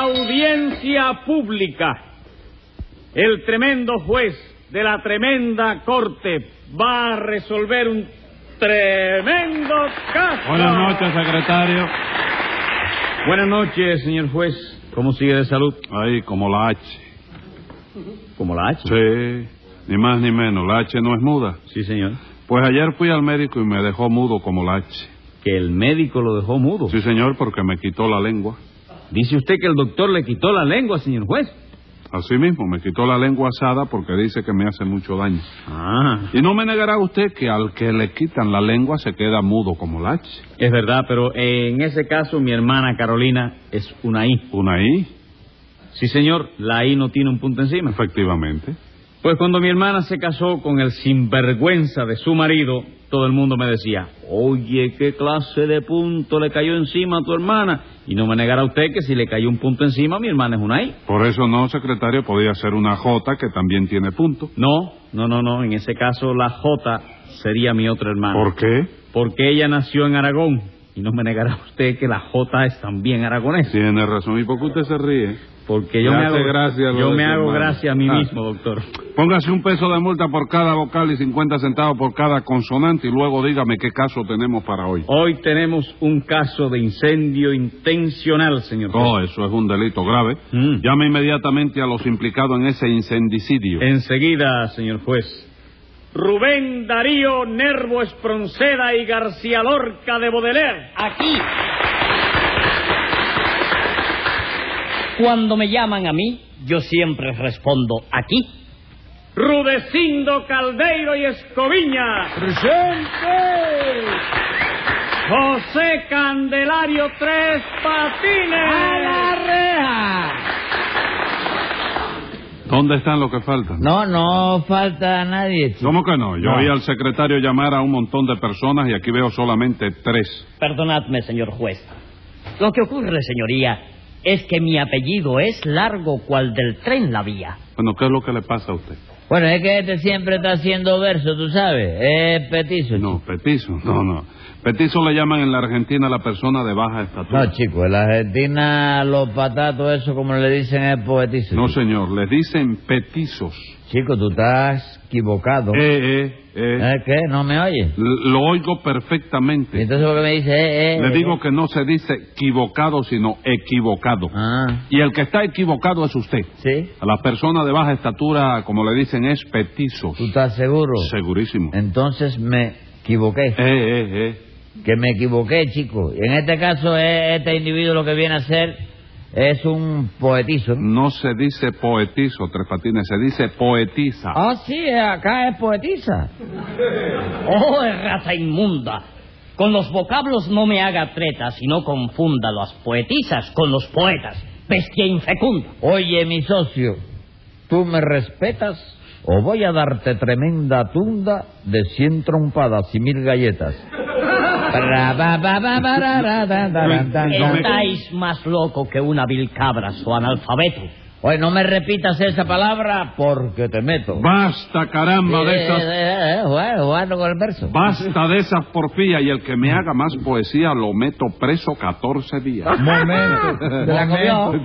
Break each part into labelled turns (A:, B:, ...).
A: Audiencia pública. El tremendo juez de la tremenda corte va a resolver un tremendo caso.
B: Buenas noches, secretario.
A: Buenas noches, señor juez. ¿Cómo sigue de salud?
B: Ahí, como la H.
A: Como la H.
B: Sí, ni más ni menos. La H no es muda.
A: Sí, señor.
B: Pues ayer fui al médico y me dejó mudo como la H.
A: Que el médico lo dejó mudo.
B: Sí, señor, porque me quitó la lengua.
A: Dice usted que el doctor le quitó la lengua, señor juez.
B: Así mismo, me quitó la lengua asada porque dice que me hace mucho daño.
A: Ah,
B: Y no me negará usted que al que le quitan la lengua se queda mudo como la H.
A: es verdad, pero en ese caso mi hermana Carolina es una I.
B: Una I,
A: Sí, señor, la I no tiene un punto encima.
B: efectivamente.
A: Pues cuando mi hermana se casó con el sinvergüenza de su marido, todo el mundo me decía, oye, qué clase de punto le cayó encima a tu hermana. Y no me negará usted que si le cayó un punto encima, mi hermana es una I.
B: Por eso no, secretario, podía ser una J que también tiene punto.
A: No, no, no, no, en ese caso la J sería mi otra hermana.
B: ¿Por qué?
A: Porque ella nació en Aragón. Y no me negará usted que la J es también aragonesa.
B: Tiene razón. ¿Y por qué usted se ríe?
A: Porque yo
B: Le
A: me
B: hace
A: hago
B: gracia lo
A: yo
B: de
A: me
B: su
A: hago
B: hermana.
A: gracia a mí
B: Ah.
A: mismo, doctor.
B: Póngase un peso de multa por cada vocal y 50 centavos por cada consonante y luego dígame qué caso tenemos para hoy.
A: Hoy tenemos un caso de incendio intencional, señor. juez.
B: Oh, eso es un delito grave.
A: Mm.
B: Llame inmediatamente a los implicados en ese incendicidio.
C: Eh.
A: Enseguida, señor juez. Rubén Darío Nervo Espronceda y García Lorca de Baudelaire.
D: aquí. Cuando me llaman a mí, yo siempre respondo aquí.
A: Rudecindo Caldeiro y Escoviña. José Candelario Tres Patines.
C: reja!
B: ¿Dónde están los que faltan?
C: No, no falta nadie. chico.
B: ¿Cómo que no? Yo
C: No.
B: oí al secretario llamar a un montón de personas y aquí veo solamente tres.
D: Perdonadme, señor juez. Lo que ocurre, señoría, es que mi apellido es largo cual del tren la vía.
B: Bueno, ¿qué es lo que le pasa a usted?
C: Bueno, es que este siempre está haciendo verso, tú sabes. Es petizo.
B: No, petizo. No, no. Petizo le llaman en la Argentina a la persona de baja estatura.
C: No, chico, en la Argentina los patatos, eso como le dicen, es poetizo.
B: No,
C: chico.
B: señor, les dicen petizos.
C: Chico, tú estás equivocado.
B: Eh, eh, eh.
C: ¿Eh, ¿Qué? ¿No me oyes?
B: L- Lo oigo
C: ¿Y
B: perfectamente.
C: entonces por qué me dices, eh, eh?
B: Le
C: eh?
B: digo que no se dice equivocado, sino equivocado.
C: Ah,
B: Y el que está equivocado es usted.
C: ¿sí?
B: A la persona de baja estatura, como le dicen, es petizos.
C: ¿Tú estás seguro?
B: Segurísimo. Eh,
C: Entonces me equivoqué.
B: eh, eh.
C: Que me equivoqué, chico. En este caso, eh, este individuo lo que viene a hacer es un poetizo. ¿no?
B: No se dice poetizo, Tres Patines, se dice poetiza.
C: Ah, sí, eh, acá es poetiza.
D: ¡Oh, raza inmunda! Con los vocablos no me haga tretas y no confunda las poetisas con los poetas. Bestia infecunda.
C: Oye, mi socio, ¿tú me respetas o voy a darte tremenda tunda de cien trompadas y mil galletas? Ra, ba, ba, ba, ba, ra, ra, da, da, da, da, da.
D: Estáis más loco que una vil cabra o analfabeto.
C: Oye, no me repitas esa palabra porque te meto.
B: Basta, caramba, de
C: Eh,
B: esas.
C: eh, eh, bueno, bueno, con el verso.
B: Basta de esas porfías y el que me haga más poesía lo meto preso 14 días.
E: Momento.
C: ¿Te la comió?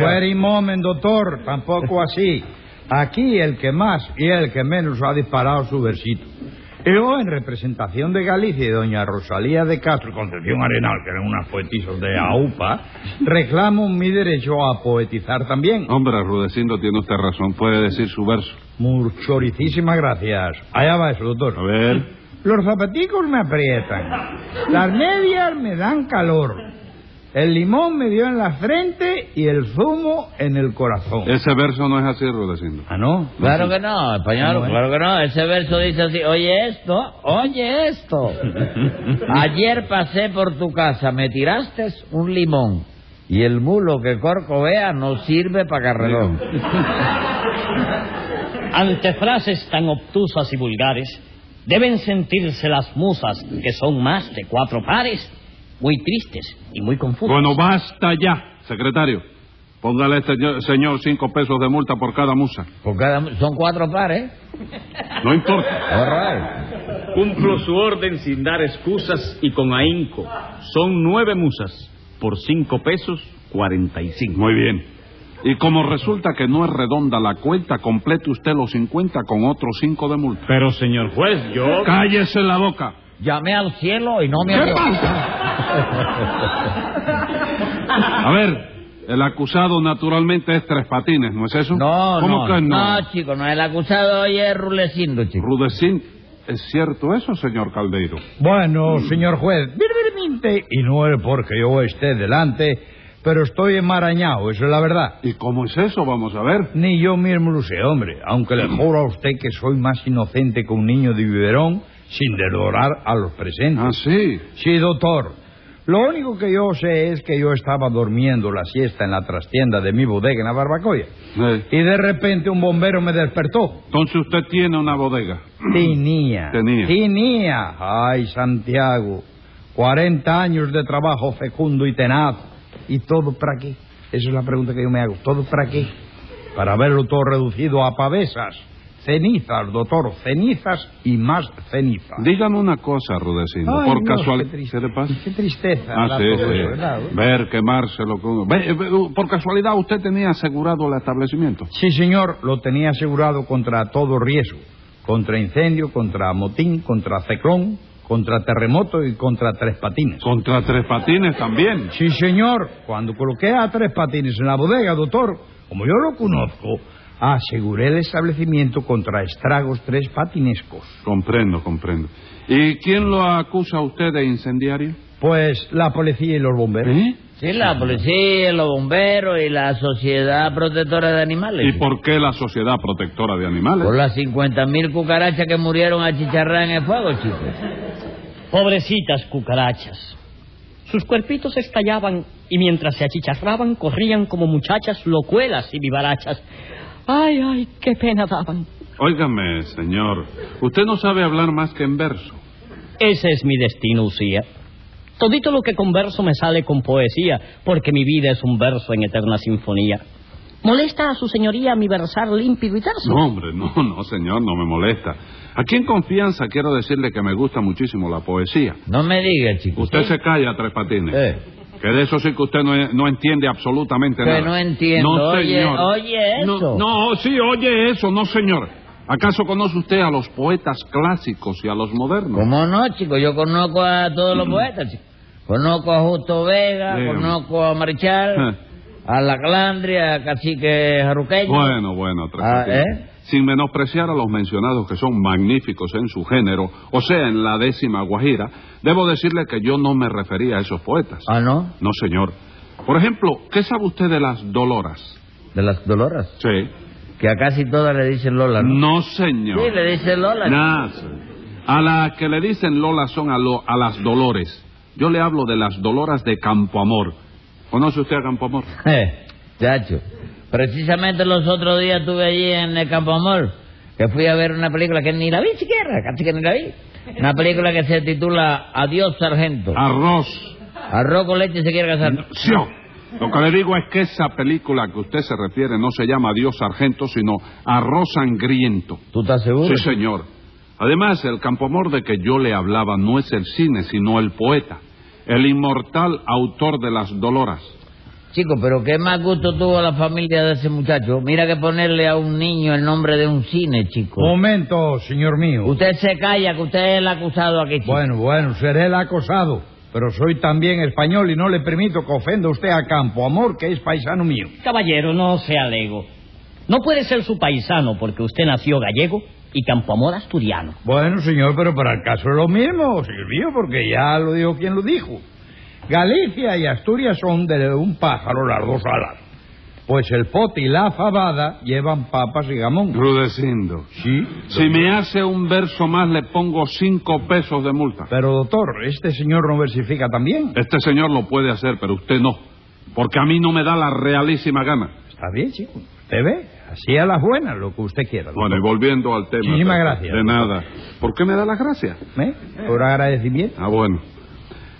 E: Fuera y moment, doctor. Tampoco así. Aquí el que más y el que menos ha disparado su versito. Yo, en representación de Galicia y doña Rosalía de Castro, Concepción Arenal, que eran unas poetisas de AUPA, reclamo mi derecho a poetizar también.
B: Hombre, Rudecindo, tiene usted razón. Puede decir su verso.
E: Muchoricísimas gracias. Allá va eso, doctor.
B: A ver.
E: Los zapaticos me aprietan. Las medias me dan calor. El limón me dio en la frente y el zumo en el corazón.
B: Ese verso no es así, Rudecindo.
E: Ah, no.
C: Claro que no, español, claro que no. Ese verso dice así, oye esto, oye esto. Ayer pasé por tu casa, me tiraste un limón y el mulo que corcovea no sirve para carrerón.
D: Ante frases tan obtusas y vulgares, deben sentirse las musas, que son más de cuatro pares, muy tristes y muy confusas.
B: Bueno, basta ya, secretario. Póngale a este señor- señor cinco pesos de multa por cada musa.
C: Por cada mu- son cuatro pares.
B: No importa.
C: All right.
A: Cumplo su orden sin dar excusas y con ahínco. Son nueve musas por cinco pesos 45.
B: Muy bien. Y como resulta que no es redonda la cuenta, complete usted los 50 con otros 5 de multa.
A: Pero, señor juez, yo...
B: ¡Cállese la boca!
C: Llamé al cielo y no me
B: ¿Qué
C: abrió.
B: pasa? A ver, el acusado naturalmente es Tres Patines, ¿no es eso?
C: No,
B: ¿Cómo
C: no. Ah,
B: que no?
C: chico, no. El acusado hoy es Rulecindo, chico.
B: Rudecín, ¿es cierto eso, señor Caldeiro?
E: Bueno, señor juez, brevemente, y no es porque yo esté delante, pero estoy enmarañado, eso es la verdad.
B: ¿Y cómo es eso? Vamos a ver.
E: Ni yo mismo lo sé, hombre, aunque le juro a usted que soy más inocente que un niño de biberón sin delorar a los presentes.
B: Ah, sí.
E: Sí, doctor. Lo único que yo sé es que yo estaba durmiendo la siesta en la trastienda de mi bodega en la Barbacoya.
B: Eh,
E: Y de repente un bombero me despertó.
B: Entonces usted tiene una bodega.
E: Tenía.
B: Tenía.
E: Tenía. Ay, Santiago. 40 años de trabajo fecundo y tenaz. ¿Y todo para qué? Esa es la pregunta que yo me hago. ¿Todo para qué? Para verlo todo reducido a pavesas. Cenizas, doctor. Cenizas y más cenizas.
B: Dígame una cosa, Rudecindo,
E: Ay,
B: por
E: no,
B: casualidad...
E: Qué, triste-
B: ¿Qué le pasa?
E: qué tristeza.
B: Ah,
E: la
B: sí,
E: todo,
B: sí.
E: ¿verdad?
B: Ver, quemarse lo que uno... Ve, ve, u- por casualidad, ¿usted tenía asegurado el establecimiento?
E: Sí, señor, lo tenía asegurado contra todo riesgo, contra incendio, contra motín, contra ciclón, contra terremoto y contra tres patines.
B: Contra Tres Patines también.
E: Sí, señor, cuando coloqué a tres patines en la bodega, doctor, como yo lo conozco, aseguré el establecimiento contra estragos tres patinescos.
B: Comprendo, comprendo. ¿Y quién lo acusa a usted de incendiario?
E: Pues la policía y los bomberos.
B: ¿Eh?
C: Sí, la policía, los bomberos y la Sociedad Protectora de Animales.
B: ¿Y por qué la Sociedad Protectora de
C: Por
B: Animales?
C: las 50.000 cucarachas que murieron a chicharrar en el fuego, chicos.
D: Pobrecitas cucarachas. Sus cuerpitos estallaban y mientras se achicharraban corrían como muchachas locuelas y vivarachas. Ay, ay, qué pena daban.
B: Óigame, señor, usted no sabe hablar más que en verso.
D: Ese es mi destino, Usía. Todito lo que converso me sale con poesía, porque mi vida es un verso en eterna sinfonía. ¿Molesta a su señoría mi versar límpido y terso?
B: No, hombre, no, no, señor, no me molesta. Aquí en confianza quiero decirle que me gusta muchísimo la poesía.
C: No me digas, chicos.
B: Usted se calla, Tres Patines.
C: Eh.
B: Que de eso sí que usted no, no entiende absolutamente
C: Que
B: nada.
C: no entiendo.
B: No,
C: Oye,
B: señor.
C: oye eso.
B: No, no, oh, sí, oye eso, no, señor. ¿Acaso conoce usted a los poetas clásicos y a los modernos?
C: ¿Cómo no, chicos? Yo conozco a todos
B: Mm.
C: los poetas, chicos. Conozco a Justo Vega,
B: Dígame.
C: conozco a Marchal,
B: Eh.
C: a La Calandria, a Cacique Jarruqueño.
B: Bueno, bueno, Tres
C: Ah,
B: Patines.
C: ¿eh?
B: Sin menospreciar a los mencionados que son magníficos en su género, o sea, en la décima guajira, debo decirle que yo no me refería a esos poetas.
C: Ah, ¿no?
B: No, señor. Por ejemplo, ¿qué sabe usted de las Doloras?
C: De las Doloras.
B: Sí.
C: Que a casi todas le dicen Lola, ¿no?
B: Mm, No, señor.
C: Sí, le dicen Lola.
B: Nah, señor. A las que le dicen Lola son a, lo- a las Dolores. Yo le hablo de las Doloras de Campo Amor. ¿Conoce usted a Campo Amor?
C: Eh, chacho. Precisamente los otros días estuve allí en el Campo Amor, que fui a ver una película que ni la vi siquiera, casi que ni la vi. Una película que se titula Adiós, Sargento.
B: Ah. Arroz.
C: Arroz con leche se quiere casar.
B: Sí. Lo que le digo es que esa película a que usted se refiere no se llama Dios Sargento, sino Arroz Sangriento.
C: ¿Tú estás seguro?
B: Sí, señor. Además, el Campomor de que yo le hablaba no es el cine, sino el poeta, el inmortal autor de las Doloras.
C: Chico, pero qué más gusto tuvo la familia de ese muchacho. Mira que ponerle a un niño el nombre de un cine, chico.
B: Oh,
E: Momento, señor mío.
C: Usted se calla, que usted es el acusado aquí, chico.
E: Bueno, bueno, seré el acosado, pero soy también español y no le permito que ofenda usted a Campo Amor, que es paisano mío.
D: Caballero, no se alego. No puede ser su paisano porque usted nació gallego y Campoamor asturiano.
E: Bueno, señor, pero para el caso es lo mismo, señor mío, porque ya lo dijo quien lo dijo. Galicia y Asturias son de un pájaro las dos alas. Pues el pote y la fabada llevan papas y gamón.
B: Rudecindo.
E: Sí.
B: Si me hace un verso más, le pongo cinco pesos de multa.
E: Pero, doctor, ¿este señor no versifica también?
B: Este señor lo puede hacer, pero usted no. Porque a mí no me da la realísima gana.
E: Está bien, chico. Usted ve, así a las buenas, lo que usted quiera.
B: Bueno, y volviendo al tema.
E: Muchísimas gracias.
B: De nada. ¿Por qué me da las gracias?
E: ¿Eh? Por agradecimiento.
B: Ah, bueno.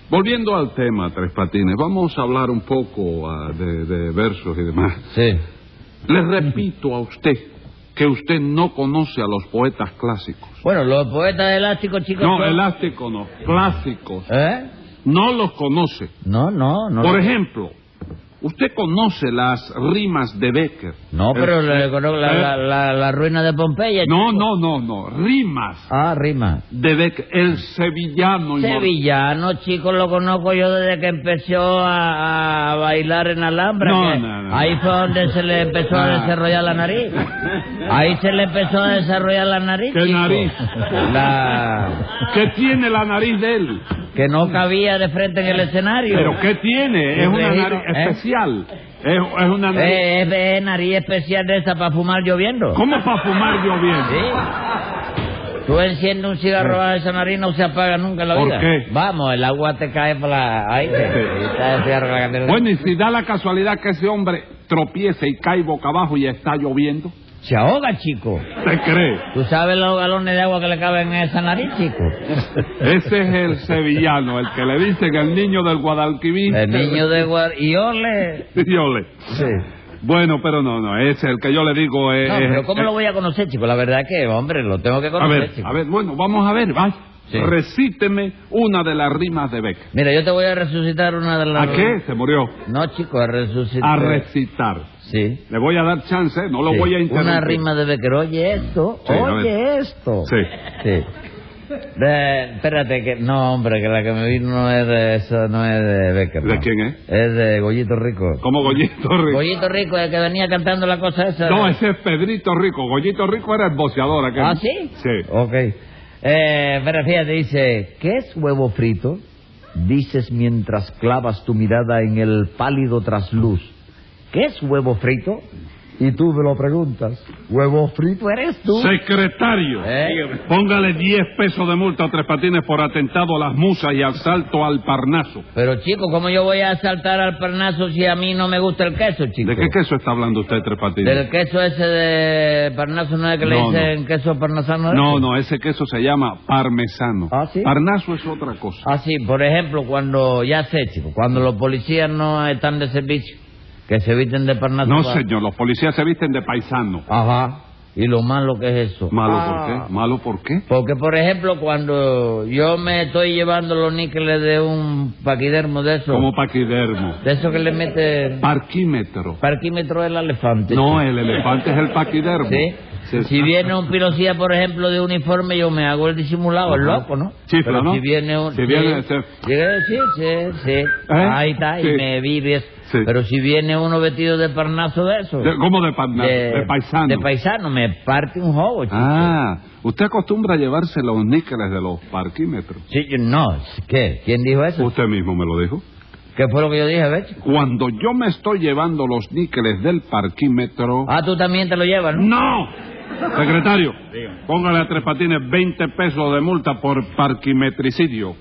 B: Volviendo al tema, Tres Patines, vamos a hablar un poco ah, de, de versos y demás.
C: Sí.
B: Le repito a usted que usted no conoce a los poetas clásicos.
C: Bueno, los poetas elásticos, chicos.
B: No,
C: son-
B: elástico no, clásicos.
C: ¿Eh?
B: No los conoce.
C: No, no, no.
B: Por ejemplo, Usted conoce las rimas de Becker.
C: No, pero
B: Eh,
C: le conozco la,
B: eh,
C: la- la- la ruina de Pompeya.
B: No,
C: chico.
B: no, no, no. Rimas
C: Ah, rima.
B: de Becker. El sevillano. inmor-
C: Sevillano, chicos, lo conozco yo desde que empezó a, a bailar en Alhambra.
B: No,
C: que
B: no, no.
C: Ahí fue donde se le empezó a
B: Ah.
C: desarrollar la nariz. Ahí se le empezó a desarrollar la nariz.
B: ¿Qué
C: chico.
B: nariz?
C: La...
B: ¿Qué tiene la nariz de él?
C: Que no cabía de frente en el escenario.
B: ¿Pero qué tiene? Es
C: Un
B: una
C: viejito,
B: nariz
C: ¿eh?
B: especial. Es, es una nariz...
C: Eh, es, es nariz especial de esa para fumar lloviendo.
B: ¿Cómo para fumar lloviendo?
C: Sí. Tú enciendes un cigarro a esa nariz no se apaga nunca en la
B: Eh. ¿Por
C: vida.
B: qué?
C: Vamos, el agua te cae por la... Ahí te-
B: Sí.
C: está el cigarro en la cartera.
B: Bueno, y si da la casualidad que ese hombre tropiece y cae boca abajo y está lloviendo,
C: Se ahoga, chico.
B: ¿se cree?
C: ¿Tú sabes los galones de agua que le caben en esa nariz, chico?
B: Ese es el sevillano, el que le dicen el niño del Guadalquivir.
C: El niño de Guar... Y ole.
B: Yo le- Bueno, pero no, no, ese el que yo le digo es...
C: No, pero ¿cómo
B: es-
C: lo voy a conocer, chico? La verdad que, hombre, lo tengo que
B: Eh, A
C: conocer,
B: ver,
C: chico.
B: a ver, bueno, vamos a ver, vaya.
C: Sí.
B: Recíteme una de las rimas de Becker.
C: Mira, yo te voy a resucitar una de las...
B: ¿A qué se murió?
C: No, chico, a resucitar.
B: A recitar.
C: Sí.
B: Le voy a dar chance, ¿eh? no lo
C: Sí.
B: voy a interrumpir.
C: Una rima de Becker. Oye esto,
B: Sí, a
C: oye
B: ver.
C: esto.
B: Sí.
C: Sí. Eh, espérate, que no, hombre, que la que me vino no es de eso, no es de Becker.
B: ¿De
C: no.
B: quién es?
C: Es de Goyito Rico.
B: Como Goyito Rico.
C: Goyito Rico, el que venía cantando la cosa esa.
B: No, ese es Pedrito Rico. Goyito Rico era el boceador aquel.
C: ¿Ah, sí?
B: Sí.
C: Ok. Eh, pero fíjate, dice, ¿qué es huevo frito? Dices mientras clavas tu mirada en el pálido trasluz. ¿Qué es huevo frito? Y tú me lo preguntas. ¿Huevo frito eres tú?
B: Secretario,
C: ¿Eh?
B: póngale 10 pesos de multa a Tres Patines por atentado a las musas y asalto al Parnaso.
C: Pero chico, ¿cómo yo voy a saltar al Parnaso si a mí no me gusta el queso, chico?
B: ¿De qué queso está hablando usted, Tres Patines?
C: Del queso ese de Parnaso, ¿no es que
B: No,
C: le dicen queso parnasano?
B: No,
C: ese?
B: no, ese queso se llama parmesano.
C: ¿Ah, sí?
B: Parnaso es otra cosa.
C: Ah, sí, por ejemplo, cuando, ya sé, chico, cuando los policías no están de servicio, que se visten de Parnaso.
B: no,
C: para-
B: señor, los policías se visten de paisano.
C: Ajá. ¿Y lo malo que es eso?
B: ¿Malo
C: Ah.
B: por qué? ¿Malo por qué?
C: Porque, por ejemplo, cuando yo me estoy llevando los níqueles de un paquidermo de eso,
B: Como paquidermo.
C: de eso que le mete
B: Parquímetro.
C: parquímetro del elefante.
B: No, el elefante es el paquidermo.
C: ¿Sí?
B: Sí.
C: Si viene un pilocía, por ejemplo, de uniforme, yo me hago el disimulado, el
B: Ajá.
C: loco, ¿no?
B: Chifla,
C: Pero
B: ¿no?
C: Si viene un...
B: Si viene ese-
C: Llega- Sí, sí, sí. Ahí está,
B: Sí.
C: y me vives.
B: Sí.
C: Pero si viene uno vestido de parnaso de eso...
B: De- ¿Cómo de parnaso? De, paisano.
C: De paisano, me parte un jobo, chico.
B: Ah, usted acostumbra a llevarse los níqueles de los parquímetros.
C: Sí, yo- no, ¿qué? ¿Quién dijo eso?
B: Usted mismo me lo dijo.
C: ¿Qué fue lo que yo dije, Becho?
B: Cuando yo me estoy llevando los níqueles del parquímetro...
C: Ah, tú también te lo llevas, ¿no?
B: ¡No! Secretario, póngale a Tres Patines 20 pesos de multa por parquimetricidio.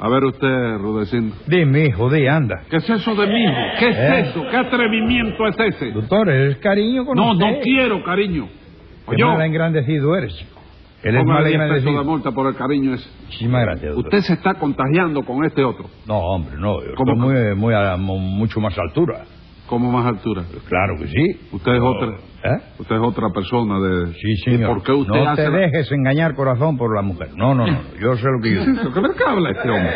B: A ver usted, Rudecindo.
E: Dime, hijo, di, anda.
B: ¿Qué es eso de mí? ¿Qué es
E: ¿Eh?
B: eso? ¿Qué atrevimiento es ese?
E: Doctor, eres cariño con
B: No,
E: usted.
B: no quiero, cariño.
E: Qué
B: Oye,
E: mal engrandecido eres. chico. Eres mal
B: póngale 10 pesos de
E: engrandecido.
B: multa por el cariño ese.
E: Muchísimas gracias, doctor.
B: Usted se está contagiando con este otro.
E: No, hombre, no. Yo
B: ¿Cómo
E: estoy muy, muy a, mu- mucho más altura.
B: ¿Cómo más altura?
E: Claro que sí.
B: Usted es
E: No.
B: otra.
E: ¿Eh?
B: Usted es otra persona de.
E: Sí, señor.
B: ¿Y por qué usted
E: no
B: hace
E: te
B: la-
E: dejes engañar, corazón, por la mujer. No, no, no. Yo sé lo que
B: ¿Qué
E: yo...
B: es eso? ¿Qué- qué habla este hombre?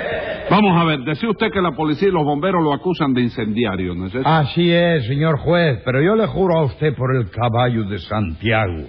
B: Vamos a ver, decía usted que la policía y los bomberos lo acusan de incendiario, ¿no es eso?
E: Así es, señor juez, pero yo le juro a usted por el caballo de Santiago.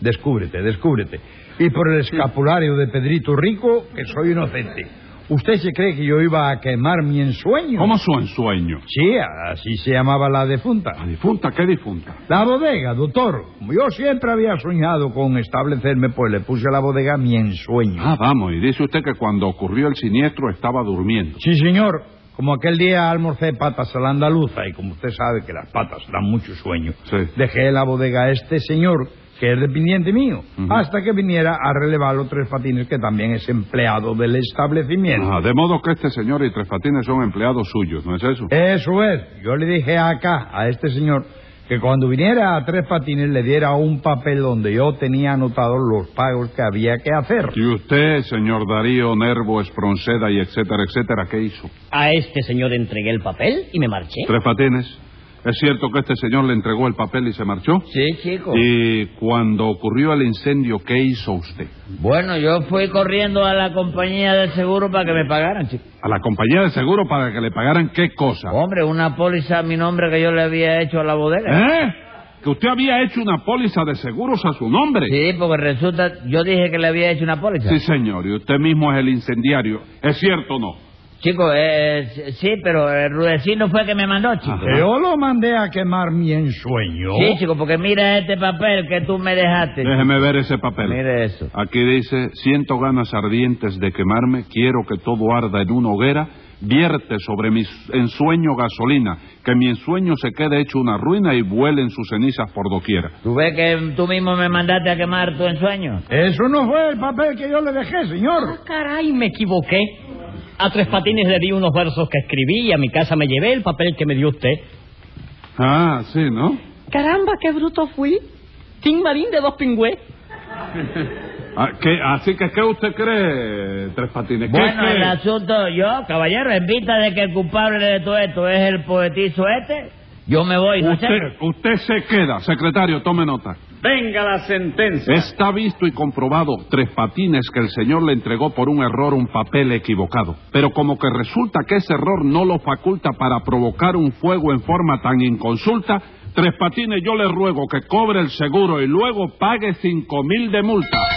E: Descúbrete, descúbrete. Y por el escapulario de Pedrito Rico, que soy inocente. ¿Usted se cree que yo iba a quemar mi ensueño?
B: ¿Cómo su ensueño?
E: Sí, así se llamaba la defunta.
B: ¿La Ah, difunta? ¿Qué difunta?
E: La bodega, doctor. Como yo siempre había soñado con establecerme, pues le puse a la bodega mi ensueño.
B: Ah, vamos, y dice usted que cuando ocurrió el siniestro estaba durmiendo.
E: Sí, señor. Como aquel día almorcé patas a la andaluza y como usted sabe que las patas dan mucho sueño,
B: Sí.
E: dejé la bodega a este señor, que es dependiente mío,
B: Ujú.
E: hasta que viniera a relevar los tres patines, que también es empleado del establecimiento.
B: Ah, de modo que este señor y Tres Patines son empleados suyos, ¿no es eso?
E: Eso es. Yo le dije acá, a este señor, que cuando viniera a tres patines le diera un papel donde yo tenía anotados los pagos que había que hacer.
B: Y usted, señor Darío Nervo Espronceda y etcétera, etcétera, ¿qué hizo?
D: A este señor entregué el papel y me marché.
B: Tres Patines, ¿Es cierto que este señor le entregó el papel y se marchó?
C: Sí, chico.
B: Y cuando ocurrió el incendio, ¿qué hizo usted?
C: Bueno, yo fui corriendo a la compañía del seguro para que me pagaran, chico.
B: A la compañía de seguro para que le pagaran qué cosa.
C: Hombre, una póliza a mi nombre que yo le había hecho a la bodega.
B: ¿Eh? Que usted había hecho una póliza de seguros a su nombre.
C: Sí, porque resulta, yo dije que le había hecho una póliza.
B: Sí, señor, y usted mismo es el incendiario. ¿Es cierto o no?
C: Chico, eh, sí, pero el Rudecino fue que me mandó,
B: Ah,
C: chico.
E: Yo lo mandé a quemar mi ensueño.
C: Sí, chico, porque mira este papel que tú me dejaste.
B: Déjeme ver ese papel.
C: Mire eso.
B: Aquí dice, siento ganas ardientes de quemarme, quiero que todo arda en una hoguera, vierte sobre mi ensueño gasolina, que mi ensueño se quede hecho una ruina y vuelen sus cenizas por doquiera.
C: ¿Tú ves que tú mismo me mandaste a quemar tu ensueño?
E: Eso no fue el papel que yo le dejé, señor.
D: Ah, caray, me equivoqué. A Tres Patines le di unos versos que escribí y a mi casa me llevé el papel que me dio usted.
B: Ah, sí, ¿no?
D: Caramba, qué bruto fui. Tim Marín de dos pingües.
B: Ah, ¿qué- así que, ¿qué usted cree, Tres Patines? ¿Qué
C: Bueno,
B: cree?
C: el asunto, yo, caballero, en vista de que el culpable de todo esto es el poetizo este, yo me voy, ¿no es
B: Usted,
C: cierto?
B: usted se queda, secretario, tome nota.
A: Venga la sentencia.
B: Está visto y comprobado, Tres Patines, que el señor le entregó por un error un papel equivocado. Pero como que resulta que ese error no lo faculta para provocar un fuego en forma tan inconsulta, Tres Patines, yo le ruego que cobre el seguro y luego pague cinco mil de multa.